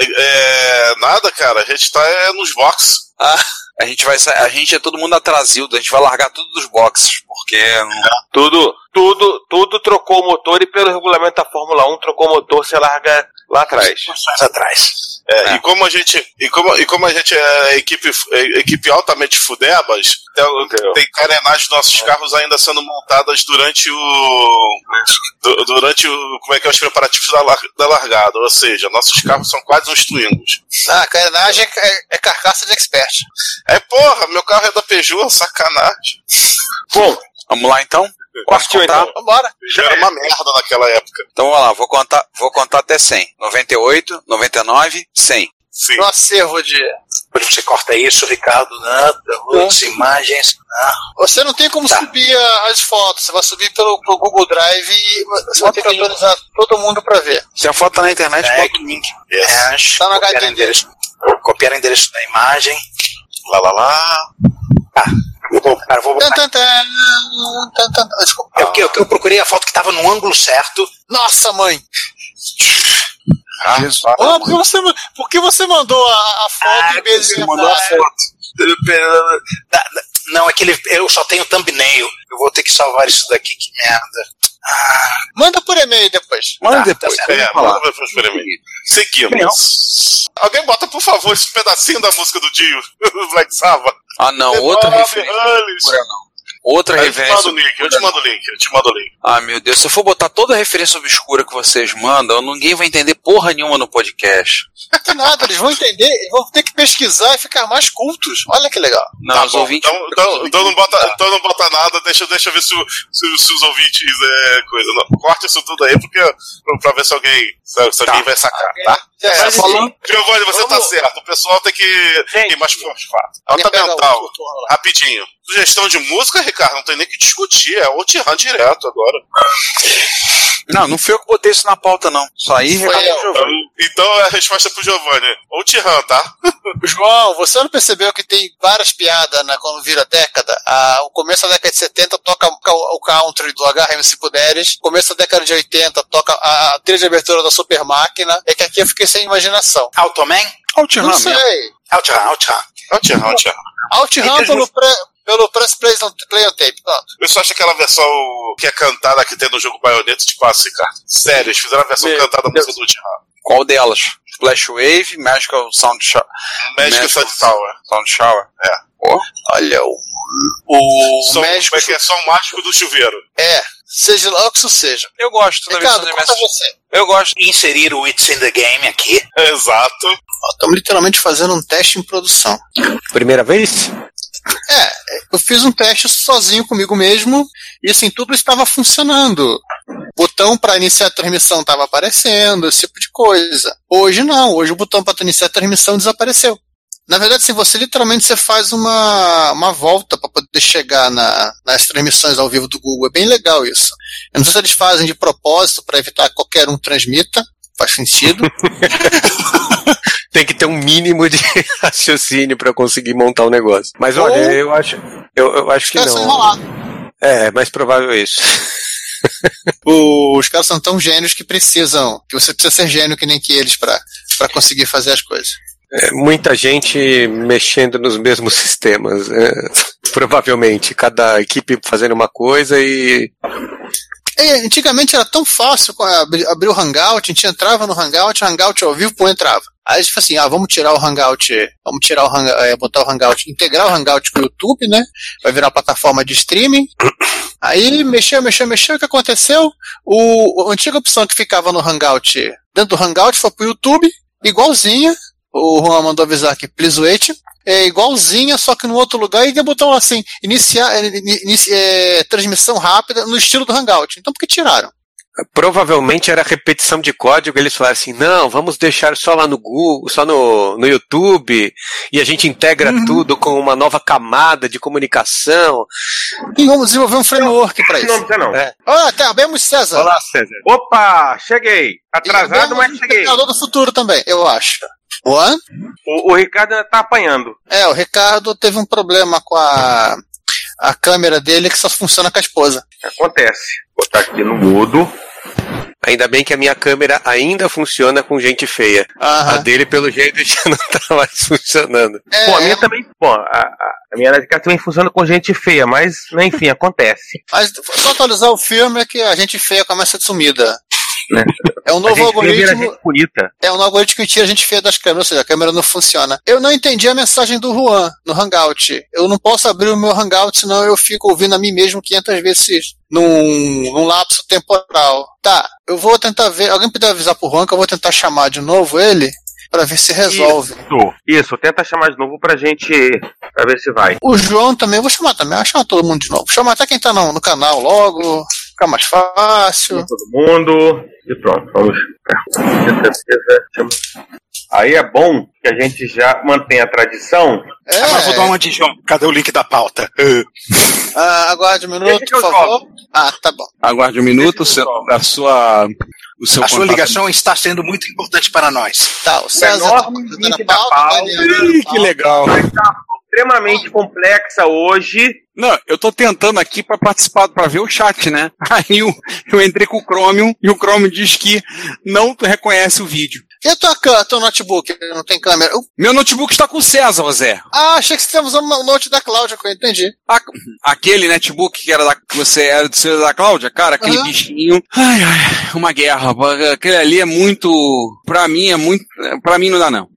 S2: é, nada, cara. A gente tá é, nos box.
S5: Ah, a gente vai sa- a gente é todo mundo atrasildo, a gente vai largar tudo dos boxes, porque não-
S3: Tudo, tudo, tudo trocou o um motor e pelo regulamento da Fórmula 1 trocou o motor, você larga
S5: Lá atrás.
S7: atrás.
S2: É, E como a gente, e como, e como a gente é equipe, é equipe altamente fudebas, tem, tem carenagens dos
S7: É.
S2: nossos carros ainda sendo montadas durante o. du- durante o. Como é que é os preparativos da, lar- da largada? Ou seja, nossos carros são quase uns twingos.
S4: Ah, carenagem é, é carcaça de expert.
S2: É porra, meu carro é da Peugeot, sacanagem.
S5: Bom, vamos lá então. Posso contar?
S4: Vambora.
S2: Já era uma merda naquela época.
S5: Então vamos lá, vou contar, vou contar até 100. 98, 99, 100.
S2: Sim.
S4: No acervo de.
S7: Depois você corta isso, Ricardo, né? As imagens. Tá. né?
S4: Você não tem como subir a- as fotos, você vai subir pelo, pelo Google Drive e você vai ter que atualizar todo mundo pra ver.
S5: Se a foto tá na internet,
S7: bota o link. Yes.
S4: Tá no
S7: copiar,
S4: HD.
S7: endereço, copiar o endereço da imagem.
S2: Lá, lá, lá.
S7: Tá, Eu vou, cara, eu vou botar.
S4: Tan, tan, tan, tan, tan, tan. Desculpa.
S7: É porque eu, eu procurei a foto que tava no ângulo certo.
S4: Nossa, mãe!
S5: Ah,
S4: Ó, por, que você, por que você mandou a, a foto em vez de
S7: mandou a
S4: Ah,
S7: foto. Da- da- Não, é que ele, eu só tenho thumbnail. Eu vou ter que salvar isso daqui, que merda. Ah.
S4: Manda por e-mail depois.
S5: Manda
S2: depois. é, manda depois pra mim. Seguimos. Alguém bota, por favor, esse pedacinho da música do Dio, do Black Sabbath.
S5: Ah, não,
S2: The
S5: outra
S2: Bob
S5: referência.
S2: Hurley.
S5: pura não. Outra
S2: Eu te
S5: referência.
S2: mando o link, eu te mando o link, eu te mando o link.
S5: Ah, meu Deus, se eu for botar toda a referência obscura que vocês mandam, ninguém vai entender porra nenhuma no podcast.
S4: Não tem nada, eles vão entender, eles vão ter que pesquisar e ficar mais cultos. Olha que legal.
S5: Não, os ouvintes.
S2: Então, então- então não bota, então não bota nada, deixa, deixa eu ver se, o- se- se os ouvintes é coisa. Não, corta isso tudo aí porque, pra, pra ver se alguém, se, se alguém vai sacar, tá?
S4: É,
S2: É,
S4: mas falando-
S2: Giovanni, você tá certo. O pessoal tem que tem mais mais fato. Nota
S4: pega
S2: tá mental,
S4: o turno
S2: rapidinho. Sugestão de música, Ricardo, não tem nem que discutir, é Outrun direto agora.
S4: então.
S5: Não, não fui eu que botei isso na pauta, não. Só aí, recado do
S2: Então,
S5: Giovanni.
S2: então é a resposta pro Giovanni. Outrun, tá?
S4: João, você não percebeu que tem várias piadas na, quando vira década? Ah, o começo da década de 70 toca o ca- o country do HM Se Puderes, começo da década de 80 toca a, a trilha de abertura da Super Máquina, é que aqui eu fiquei sem imaginação.
S7: Automan?
S4: Não sei.
S7: Outrun, Outrun.
S2: Outrun, Outrun.
S4: OutRun pelo, pré, pelo press play on, play on tape. Pronto.
S2: Eu só acho aquela versão que é cantada que tem no jogo Bayonetta de passo, Ricardo. Sério, eles fizeram a versão cantada da música do Outrun.
S5: Qual delas? Splashwave, Magical Sound Shower.
S2: Magical Sound Shower.
S5: Sound Shower.
S2: É.
S5: Olha o.
S2: O som, como é que é som mágico do chuveiro.
S4: É, seja lá o que isso seja.
S5: Eu gosto da
S4: Ricardo,
S5: versão
S4: conta
S5: MS.
S4: você.
S5: Eu gosto.
S7: Inserir o It's in the Game aqui.
S2: Exato.
S4: Estamos literalmente fazendo um teste em produção.
S13: Primeira vez?
S4: É, eu fiz um teste sozinho comigo mesmo e assim, tudo estava funcionando. Botão para iniciar a transmissão estava aparecendo, esse tipo de coisa. Hoje não, hoje o botão para iniciar a transmissão desapareceu. Na verdade, se você literalmente você faz uma, uma volta para poder chegar na- nas transmissões ao vivo do Google, é bem legal isso. Eu não sei se eles fazem de propósito para evitar que qualquer um transmita, faz sentido.
S13: Tem que ter um mínimo de raciocínio pra conseguir montar o negócio. Mas olha,
S4: Ou-
S13: eu acho, eu, eu acho que
S4: Os caras são
S13: não.
S4: enrolados.
S13: É, é mais provável isso.
S4: O- Os caras são tão gênios que precisam, que você precisa ser gênio que nem que eles para conseguir fazer as coisas.
S13: É, muita gente mexendo nos mesmos sistemas. é, provavelmente, cada equipe fazendo uma coisa e.
S4: É, antigamente era tão fácil com- abrir, abrir o Hangout, a gente entrava no Hangout, Hangout ao vivo, pô, entrava. Aí a gente fala assim, ah, vamos tirar o Hangout, vamos tirar o hang, eh, botar o Hangout, integrar o Hangout com o YouTube, né? Vai virar uma plataforma de streaming. Aí mexeu, mexeu, mexeu, o que aconteceu? O, a antiga opção que ficava no Hangout, dentro do Hangout, foi pro YouTube, igualzinha. O Juan mandou avisar aqui, please wait. É igualzinha, só que no outro lugar, e deu botão lá assim, iniciar, eh, ini- inici- eh, transmissão rápida no estilo do Hangout. Então por que tiraram?
S13: Provavelmente era repetição de código, eles falaram assim, não, vamos deixar só lá no Google, só no, no YouTube, e a gente integra tudo com uma nova camada de comunicação.
S4: E vamos desenvolver um framework para
S13: Não,
S4: isso.
S13: não, não. É.
S4: Olá, tá, vemos César.
S13: Olá, César.
S14: Opa, cheguei. Atrasado, mas cheguei.
S4: Criador do futuro também, eu acho. Juan?
S14: O, o Ricardo ainda tá apanhando.
S4: É, o Ricardo teve um problema com a, a câmera dele que só funciona com a esposa.
S14: Acontece. Vou botar aqui no mudo.
S13: Ainda bem que a minha câmera ainda funciona com gente feia.
S4: A
S13: dele, pelo jeito, já não tá mais funcionando.
S4: É,
S14: Bom, a minha também. Bom, a, a- a minha Nerdcast também funciona com gente feia, mas, né, enfim, acontece.
S4: Mas só atualizar o filme é que a gente feia começa a ser sumida.
S14: né?
S4: É um
S14: A
S4: novo
S14: gente
S4: algoritmo-
S14: vira gente bonita.
S4: É um algoritmo que tira a gente feia das câmeras, ou seja, a câmera não funciona. Eu não entendi a mensagem do Juan no Hangout. Eu não posso abrir o meu Hangout, senão eu fico ouvindo a mim mesmo 500 vezes num, num lapso temporal. Tá, eu vou tentar ver. Alguém puder avisar pro Juan que eu vou tentar chamar de novo ele pra ver se resolve.
S14: Isso, isso, tenta chamar de novo pra gente. pra ver se vai.
S4: O João também, eu vou chamar também, eu vou chamar todo mundo de novo. Vou chamar até quem tá no, no canal logo, fica mais fácil.
S14: Todo mundo. E pronto, vamos. Com certeza, chama. Aí é bom que a gente já mantém a tradição.
S4: É,
S7: mas vou dar uma de João. Cadê o link da pauta?
S4: Ah, aguarde um minuto, por favor. Ah, tá bom.
S5: Aguarde um minuto, o seu- a sua. O seu
S7: A sua
S5: contato-
S7: ligação está sendo muito importante para nós.
S4: Tá, o
S7: César tá
S4: mandando
S7: a pauta,
S5: Ih, que legal.
S14: Extremamente complexa hoje.
S5: Não, eu tô tentando aqui pra participar, pra ver o chat, né? Aí eu, eu entrei com o Chromium e o Chromium diz que não reconhece o vídeo.
S4: E a tua, cã- teu notebook? Não tem câmera? Eu-
S5: Meu notebook está com o César, ô Zé.
S4: Ah, achei que você estava usando o note da Cláudia, que eu entendi.
S5: Aquele netbook que era da, que você era do seu da Cláudia, cara, aquele
S4: Aham.
S5: bichinho. Ai, ai, uma guerra. Aquele ali é muito. Pra mim é muito. Pra mim não dá, não.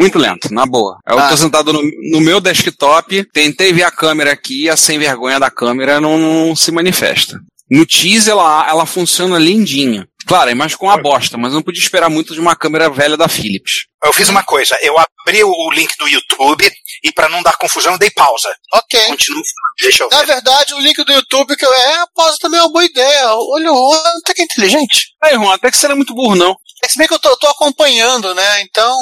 S5: Muito lento, na boa. Eu
S4: Ah.
S5: tô sentado no, no meu desktop, tentei ver a câmera aqui, a sem vergonha da câmera não, não se manifesta. No teaser ela, ela funciona lindinha. Claro, é mais com a bosta, mas eu não podia esperar muito de uma câmera velha da Philips.
S7: Eu fiz uma coisa, eu abri o link do YouTube e para não dar confusão eu dei pausa.
S4: Ok.
S7: Continua, deixa eu ver.
S4: Na verdade, o link do YouTube que eu. É, rapaz, também é uma boa ideia. Olha o Juan, até que é inteligente.
S5: Aí, Juan, até que você não é muito burro, não.
S4: É, se bem que eu tô, eu tô acompanhando, né? Então.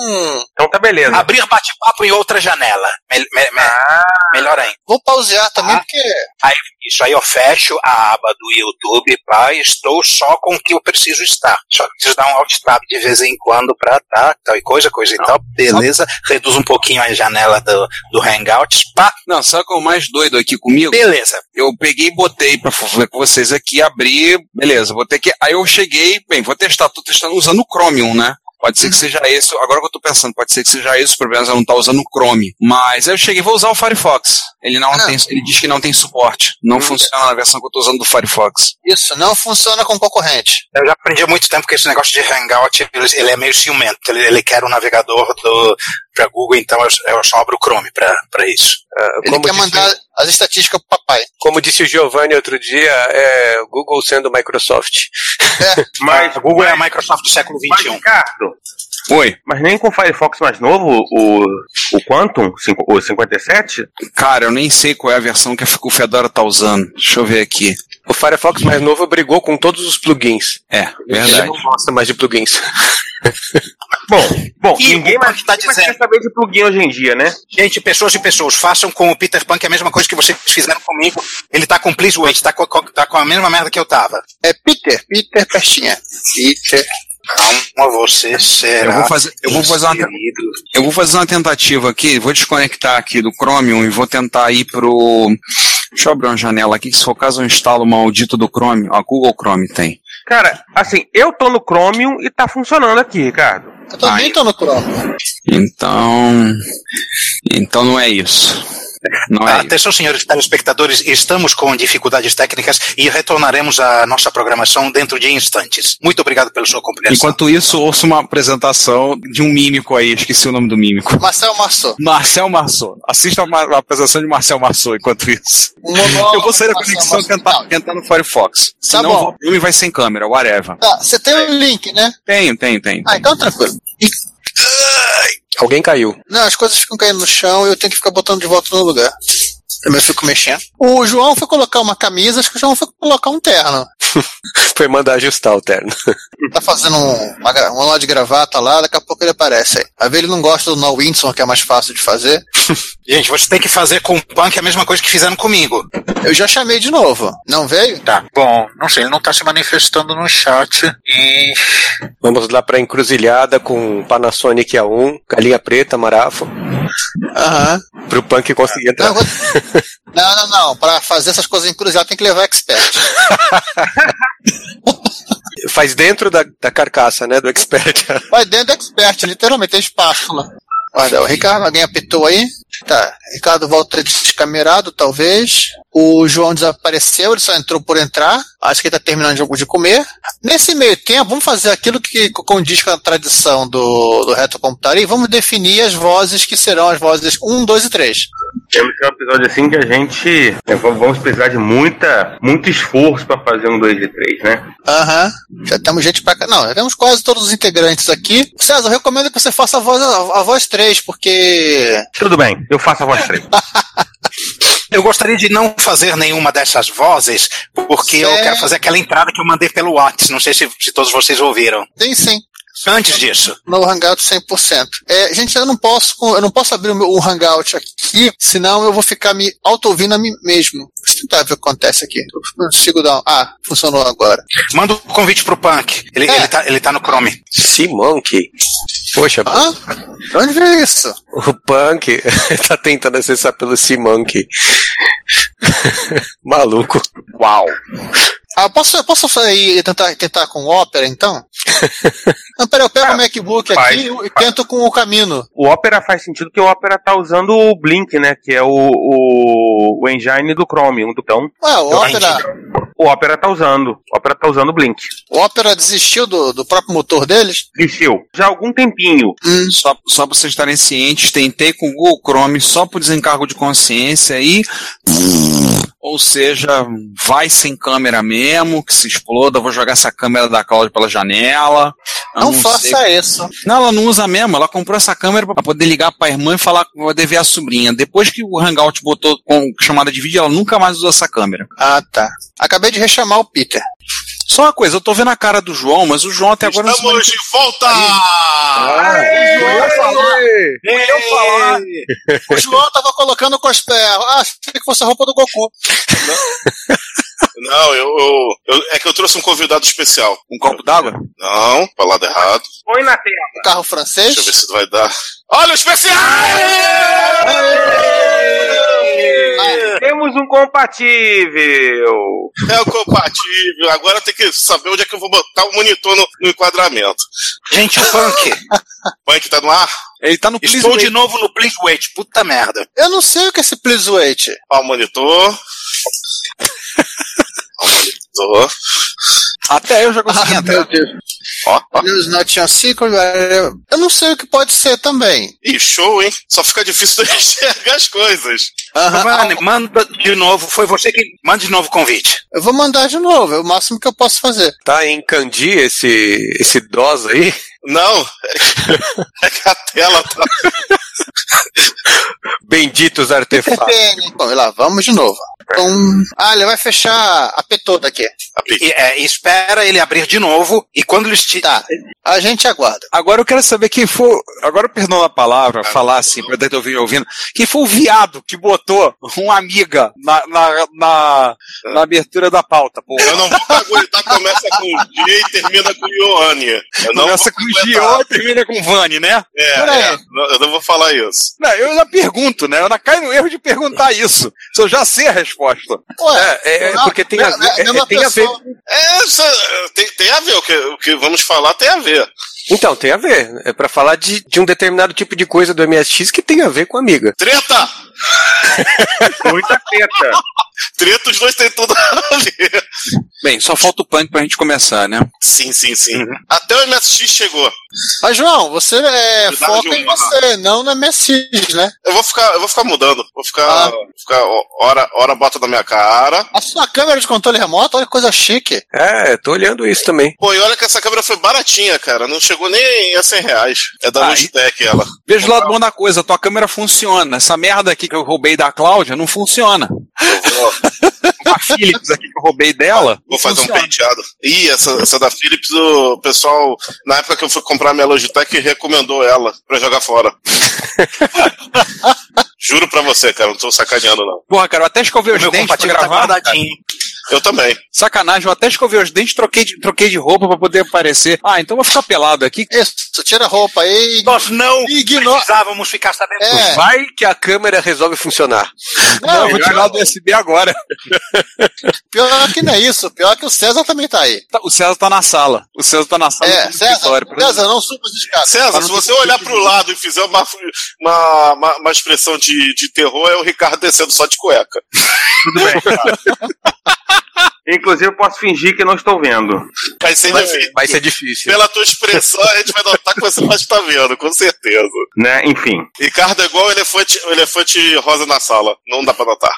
S14: Então tá beleza.
S7: Abrir bate-papo em outra janela. Mel- me- me-
S4: Ah.
S7: Melhor ainda.
S4: Vou pausear também,
S7: Ah.
S4: porque.
S7: Aí, isso aí eu fecho a aba do YouTube, pá, e estou só com o que eu preciso estar. Só preciso dar um alt tab de vez em quando pra tá, tal e coisa, coisa e
S5: Ah,
S7: tal. Beleza, reduz um pouquinho a janela do, do Hangouts, pá.
S5: Não, sabe qual é o mais doido aqui comigo?
S7: Beleza.
S5: Eu peguei e botei pra falar com vocês aqui, abri, beleza, botei aqui. Aí eu cheguei, bem, vou testar, tô testando usando o Chromium, né? Pode
S7: Uhum.
S5: ser que seja esse, agora que eu tô pensando, pode ser que seja esse o problema, eu não tá usando o Chrome. Mas aí eu cheguei, vou usar o Firefox. Ele não
S7: Ah.
S5: tem, ele diz que não tem suporte. Não
S7: Uhum.
S5: funciona na versão que eu tô usando do Firefox.
S4: Isso, não funciona com concorrente.
S7: Eu já aprendi há muito tempo que esse negócio de Hangout ele, ele é meio ciumento. Ele, ele quer o navegador do, pra Google, então eu, eu só abro o Chrome pra, pra isso.
S4: Ele quer mandar as estatísticas pro papai.
S13: Como disse o Giovanni outro dia, é Google sendo Microsoft.
S14: Mas
S7: a Google é um. a Microsoft do século XXI.
S14: Ricardo.
S5: Oi.
S14: Mas nem com o Firefox mais novo, o, o Quantum, cinco- o 57,
S5: Cara, eu nem sei qual é a versão que a- o Fedora tá usando. Deixa eu ver aqui.
S13: O Firefox mais novo brigou com todos os plugins.
S5: É,
S13: Ele
S5: verdade.
S13: não gosta mais de plugins.
S14: Bom, bom,
S7: ninguém mais está dizendo.
S14: saber de plugin hoje em dia, né?
S7: Gente, pessoas e pessoas, façam com o Peter Pan que é a mesma coisa que vocês fizeram comigo. Ele tá com Please Wait, tá com, com- tá com a mesma merda que eu tava.
S4: É Peter, Peter Pestinha. Peter.
S7: Calma, você será.
S13: é
S5: Eu
S13: um
S5: vou fazer- eu vou fazer uma-
S7: inserido.
S5: Eu vou fazer uma tentativa aqui, vou desconectar aqui do Chromium e vou tentar ir pro. Deixa eu abrir uma janela aqui, que se for caso eu instalo o maldito do Chrome. Ó, Google Chrome tem.
S14: Cara, assim, eu tô no Chromium e tá funcionando aqui, Ricardo.
S4: Eu também tô no Chrome.
S5: Então. Então não é isso. Não
S13: Ah,
S5: é isso.
S7: Atenção, senhores telespectadores, estamos com dificuldades técnicas e retornaremos à nossa programação dentro de instantes. Muito obrigado pela sua compreensão.
S5: Enquanto isso, ouço uma apresentação de um mímico aí, esqueci o nome do mímico.
S4: Marcel Marçou.
S5: Marcel Marceau. Assista a, ma- a apresentação de Marcel Marceau enquanto isso.
S4: Um monólogo
S5: eu vou sair da
S4: Marcel
S5: conexão e tentar, tentar no Firefox.
S4: Tá
S5: Senão
S4: bom.
S5: o filme vai sem câmera, whatever.
S4: Tá, você tem o link, né?
S5: Tenho, tenho, tenho.
S4: Ah, então tranquilo.
S13: Alguém caiu.
S4: Não, as coisas ficam caindo no chão e eu tenho que ficar botando de volta no lugar. Eu mesmo fico mexendo. O João foi colocar uma camisa, acho que o João foi colocar um terno.
S13: Foi mandar ajustar o terno.
S4: Tá fazendo um, uma, gra- um lá de gravata lá, daqui a pouco ele aparece aí. Às vezes ele não gosta do No Windsor, que é mais fácil de fazer.
S7: Gente, vocês têm que fazer com o punk a mesma coisa que fizeram comigo.
S4: Eu já chamei de novo. Não veio?
S7: Tá, bom, não sei, ele não tá se manifestando no chat e.
S13: Vamos lá pra encruzilhada com Panasonic A1, galinha preta, marafo,
S4: Aham.
S13: pro punk conseguir entrar.
S4: Não, não, não. Pra fazer essas coisas em cruzado tem que levar expert.
S13: Faz dentro da, da carcaça, né, do Expert.
S4: Vai dentro do expert, literalmente, é espaço lá. Olha, o Ricardo, alguém apitou aí? Tá. Ricardo volta descamerado, talvez. O João desapareceu, ele só entrou por entrar. Acho que ele tá terminando de- de comer. Nesse meio tempo, vamos fazer aquilo que condiz com a tradição do, do retrocomputaria e vamos definir as vozes que serão as vozes 1, 2 e 3.
S14: Temos que é um episódio assim que a gente. né, v- vamos precisar de muita, muito esforço pra fazer um 2 e 3, né?
S4: Aham. Já temos gente pra cá. Não, já temos quase todos os integrantes aqui. César, eu recomendo que você faça a voz, a, a voz 3, porque.
S14: Tudo bem, eu faço a voz 3.
S7: Eu gostaria de não fazer nenhuma dessas vozes, porque eu quero fazer aquela entrada que eu mandei pelo WhatsApp. Não sei se, se todos vocês ouviram.
S4: Sim, sim.
S7: Antes disso.
S4: No Hangout 100%. É, gente, eu não posso, eu não posso abrir o meu- o Hangout aqui, senão eu vou ficar me auto-ouvindo a mim mesmo. Deixa eu tentar ver o que acontece aqui. Eu não consigo dar. um- Ah, funcionou agora.
S7: Manda um convite pro Punk. Ele,
S5: É.
S7: ele, tá, ele tá no Chrome.
S13: Simonk. Poxa,
S4: Hã? Onde veio isso?
S13: o Punk tá tentando acessar pelo Simonk. Maluco.
S14: Uau.
S4: Ah, posso, eu posso aí tentar, tentar com o Opera, então? não, peraí, eu pego o MacBook aqui e tento com o Camino.
S14: O Opera faz sentido que o Opera tá usando o Blink, né? Que é o, o, o engine do Chrome, um do então.
S4: Ué, o
S14: Eu-
S4: Opera-
S14: O Opera tá usando. O Opera tá usando o Blink.
S4: O Opera desistiu do, do próprio motor deles?
S14: Desistiu. Já há algum tempinho.
S5: Só, só pra vocês estarem cientes, tentei com o Google Chrome só por desencargo de consciência e. Ou seja, vai sem câmera mesmo, que se exploda, vou jogar essa câmera da Cláudia pela janela. Eu
S4: Não faça
S5: sei-
S4: isso.
S5: Não, ela não usa mesmo, ela comprou essa câmera pra poder ligar pra irmã e falar que vai dever a sobrinha. Depois que o Hangout botou com chamada de vídeo, ela nunca mais usou essa câmera.
S4: Ah, tá. Acabei de rechamar o Peter.
S5: Só uma coisa, eu tô vendo a cara do João, mas o João até agora não
S2: Estamos de volta!
S5: eu falar.
S4: Eu falar. O João tava colocando cosplay. Ah, achei que fosse a roupa do Goku.
S2: Não, eu, eu- eu- É que eu trouxe um convidado especial.
S5: Um copo d'água?
S2: Não, falado errado.
S14: Põe na tela.
S4: O carro francês?
S2: Deixa eu ver se vai dar. Olha o especial!
S14: Temos um compatível.
S2: É o compatível. Agora tem que saber onde é que eu vou botar o monitor no, no enquadramento.
S7: Gente, o Punk.
S2: Punk tá no ar?
S5: Ele Ah, tá no
S7: Estou de novo no Please Wait. Puta merda.
S4: Eu não sei o que é esse please wait.
S2: Ó, o monitor. Ó, o monitor.
S5: Até eu já
S7: Ah,
S5: consegui entrar.
S2: Ó, ó.
S4: News not your secret. eh, Eu não sei o que pode ser também.
S2: Ih, show, hein? Só fica difícil de enxergar as coisas.
S7: Giovanni, Ah, manda de novo. Foi você que. Manda de novo o convite.
S4: Eu vou mandar de novo, é o máximo que eu posso fazer.
S13: Tá em Candi esse, esse DOS aí?
S2: Não, é que a tela tá.
S13: Benditos
S2: Tá.
S13: artefatos.
S4: VPN. Bom, e lá, então, vamos de novo. Pum. Ah, ele vai fechar a P toda aqui.
S7: E, é, espera ele abrir de novo. E quando ele estiver.
S4: Tá. A gente aguarda.
S5: Agora eu quero saber quem foi. Agora, perdão a palavra, falar assim, pra ter ouvido ouvindo. Quem foi o viado que botou um amiga na, na, na, na abertura da pauta, porra?
S2: Eu não vou aguentar, tá, começa com G e termina com Ioane. Eu não
S5: Começa
S2: vou
S5: com
S2: aguentar.
S5: Gio e termina com Vani, né?
S2: É, é, eu não vou falar isso.
S5: Não, eu já pergunto, né? Eu ainda caio no erro de perguntar isso. Se eu já sei a resposta.
S13: é, é, porque tem a ver- é- é- tem a ver-
S2: É, isso, é, tem, tem a ver, o que, o que vamos falar tem a ver.
S13: Então, tem a ver. É pra falar de, de um determinado tipo de coisa do MSX que tem a ver com amiga.
S2: Treta!
S14: Muita treta.
S2: Treta, os dois têm tudo a ver.
S5: Bem, só falta o punk pra gente começar, né?
S2: Sim, sim, sim. Até o MSX chegou.
S4: Mas, João, você é,
S2: Cuidado,
S4: foca em
S2: João.
S4: você, não na MSX, né?
S2: Eu vou ficar, eu vou ficar mudando. Vou
S5: Ah.
S2: ficar, vou ficar ó, hora, hora bota na minha cara.
S4: A sua câmera de controle remoto, olha que coisa chique.
S13: É, tô olhando isso também.
S2: Pô, e olha que essa câmera foi baratinha, cara. Não chegou nem a 100 reais. É da Logitech ela.
S5: Ah, Veja o lado bom da coisa, tua câmera
S7: Ah,
S5: funciona. Essa merda aqui que eu roubei da Cláudia não funciona. A Philips aqui que eu roubei dela.
S2: um Vou fazer
S5: funciona.
S2: um penteado. Ih, essa, essa da Philips, o pessoal, na época que eu fui comprar minha Logitech, recomendou ela pra jogar fora. Juro pra você, cara. Não tô sacaneando, não.
S5: Porra, cara, eu até escovei os
S2: meu
S5: dentes pra
S2: compartilho tá
S5: gravar.
S2: guardadinho. Eu também.
S5: Sacanagem, eu até escovei os dentes, troquei de, troquei de roupa pra poder aparecer. Ah, então eu vou ficar pelado aqui.
S4: Isso, tira a roupa aí.
S7: Nós não precisávamos ficar sabendo.
S4: É.
S13: Vai que a câmera resolve funcionar.
S4: Não,
S13: eu vou tirar
S5: do USB agora.
S4: Pior que não é isso, pior que o César também tá aí.
S5: Tá- O César tá na sala. O César tá na sala.
S4: É,
S5: do
S4: César,
S5: escritório, por
S4: César,
S5: exemplo.
S4: não suba Tá de escada.
S2: César,
S5: um
S2: se você olhar pro lado e fizer uma, uma, uma, uma expressão de, de terror, é o Ricardo descendo só de cueca.
S14: Tudo bem. Inclusive, eu posso fingir que não estou vendo.
S2: Vai ser
S14: Vai-
S2: difícil.
S14: vai ser difícil.
S2: é, Pela tua expressão, a gente vai notar que você não está vendo, com certeza.
S14: Né? Enfim.
S2: Ricardo é igual o elefante, o elefante rosa na sala. Não dá pra notar.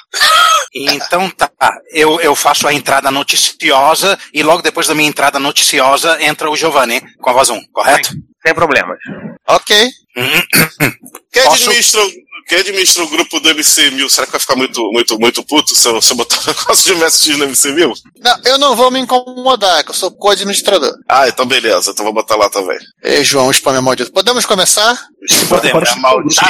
S7: Então tá, eu, eu faço a entrada noticiosa e logo depois da minha entrada noticiosa entra o Giovanni com a voz 1, correto?
S14: Sem problemas.
S4: Ok.
S2: Quem administra, o- quem administra o grupo do MC1000, será que vai ficar muito, muito, muito puto se eu, se eu botar um negócio de MSX no MC1000?
S4: Não, eu não vou me incomodar, que eu sou co-administrador.
S2: Ah, então beleza. Então vou botar lá também.
S4: Ei, João, spam é maldito. Podemos começar?
S7: Podemos. É maldito.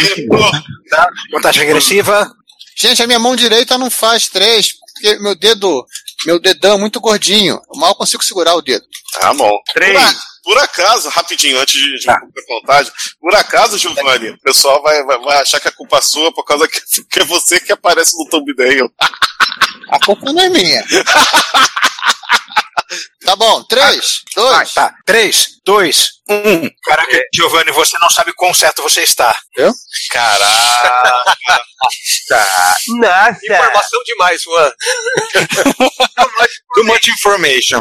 S7: Tá? Contagem regressiva.
S4: Gente, a minha mão direita não faz três, porque meu dedo, meu dedão é muito gordinho. Eu mal consigo segurar o dedo.
S2: Tá bom.
S14: Três.
S2: Por, a- por acaso, rapidinho, antes de, de a contagem, por acaso, Giovanni, o pessoal vai, vai, vai achar que a culpa é sua por causa que, que é você que aparece no thumbnail.
S4: A culpa não é minha. Tá bom, três, dois.
S7: Tá, três, dois, um.
S5: É.
S7: Caraca, Giovanni, você não sabe quão certo você está.
S4: Eu?
S7: Caraca.
S14: Nossa.
S13: Informação demais, Juan.
S7: Too much information.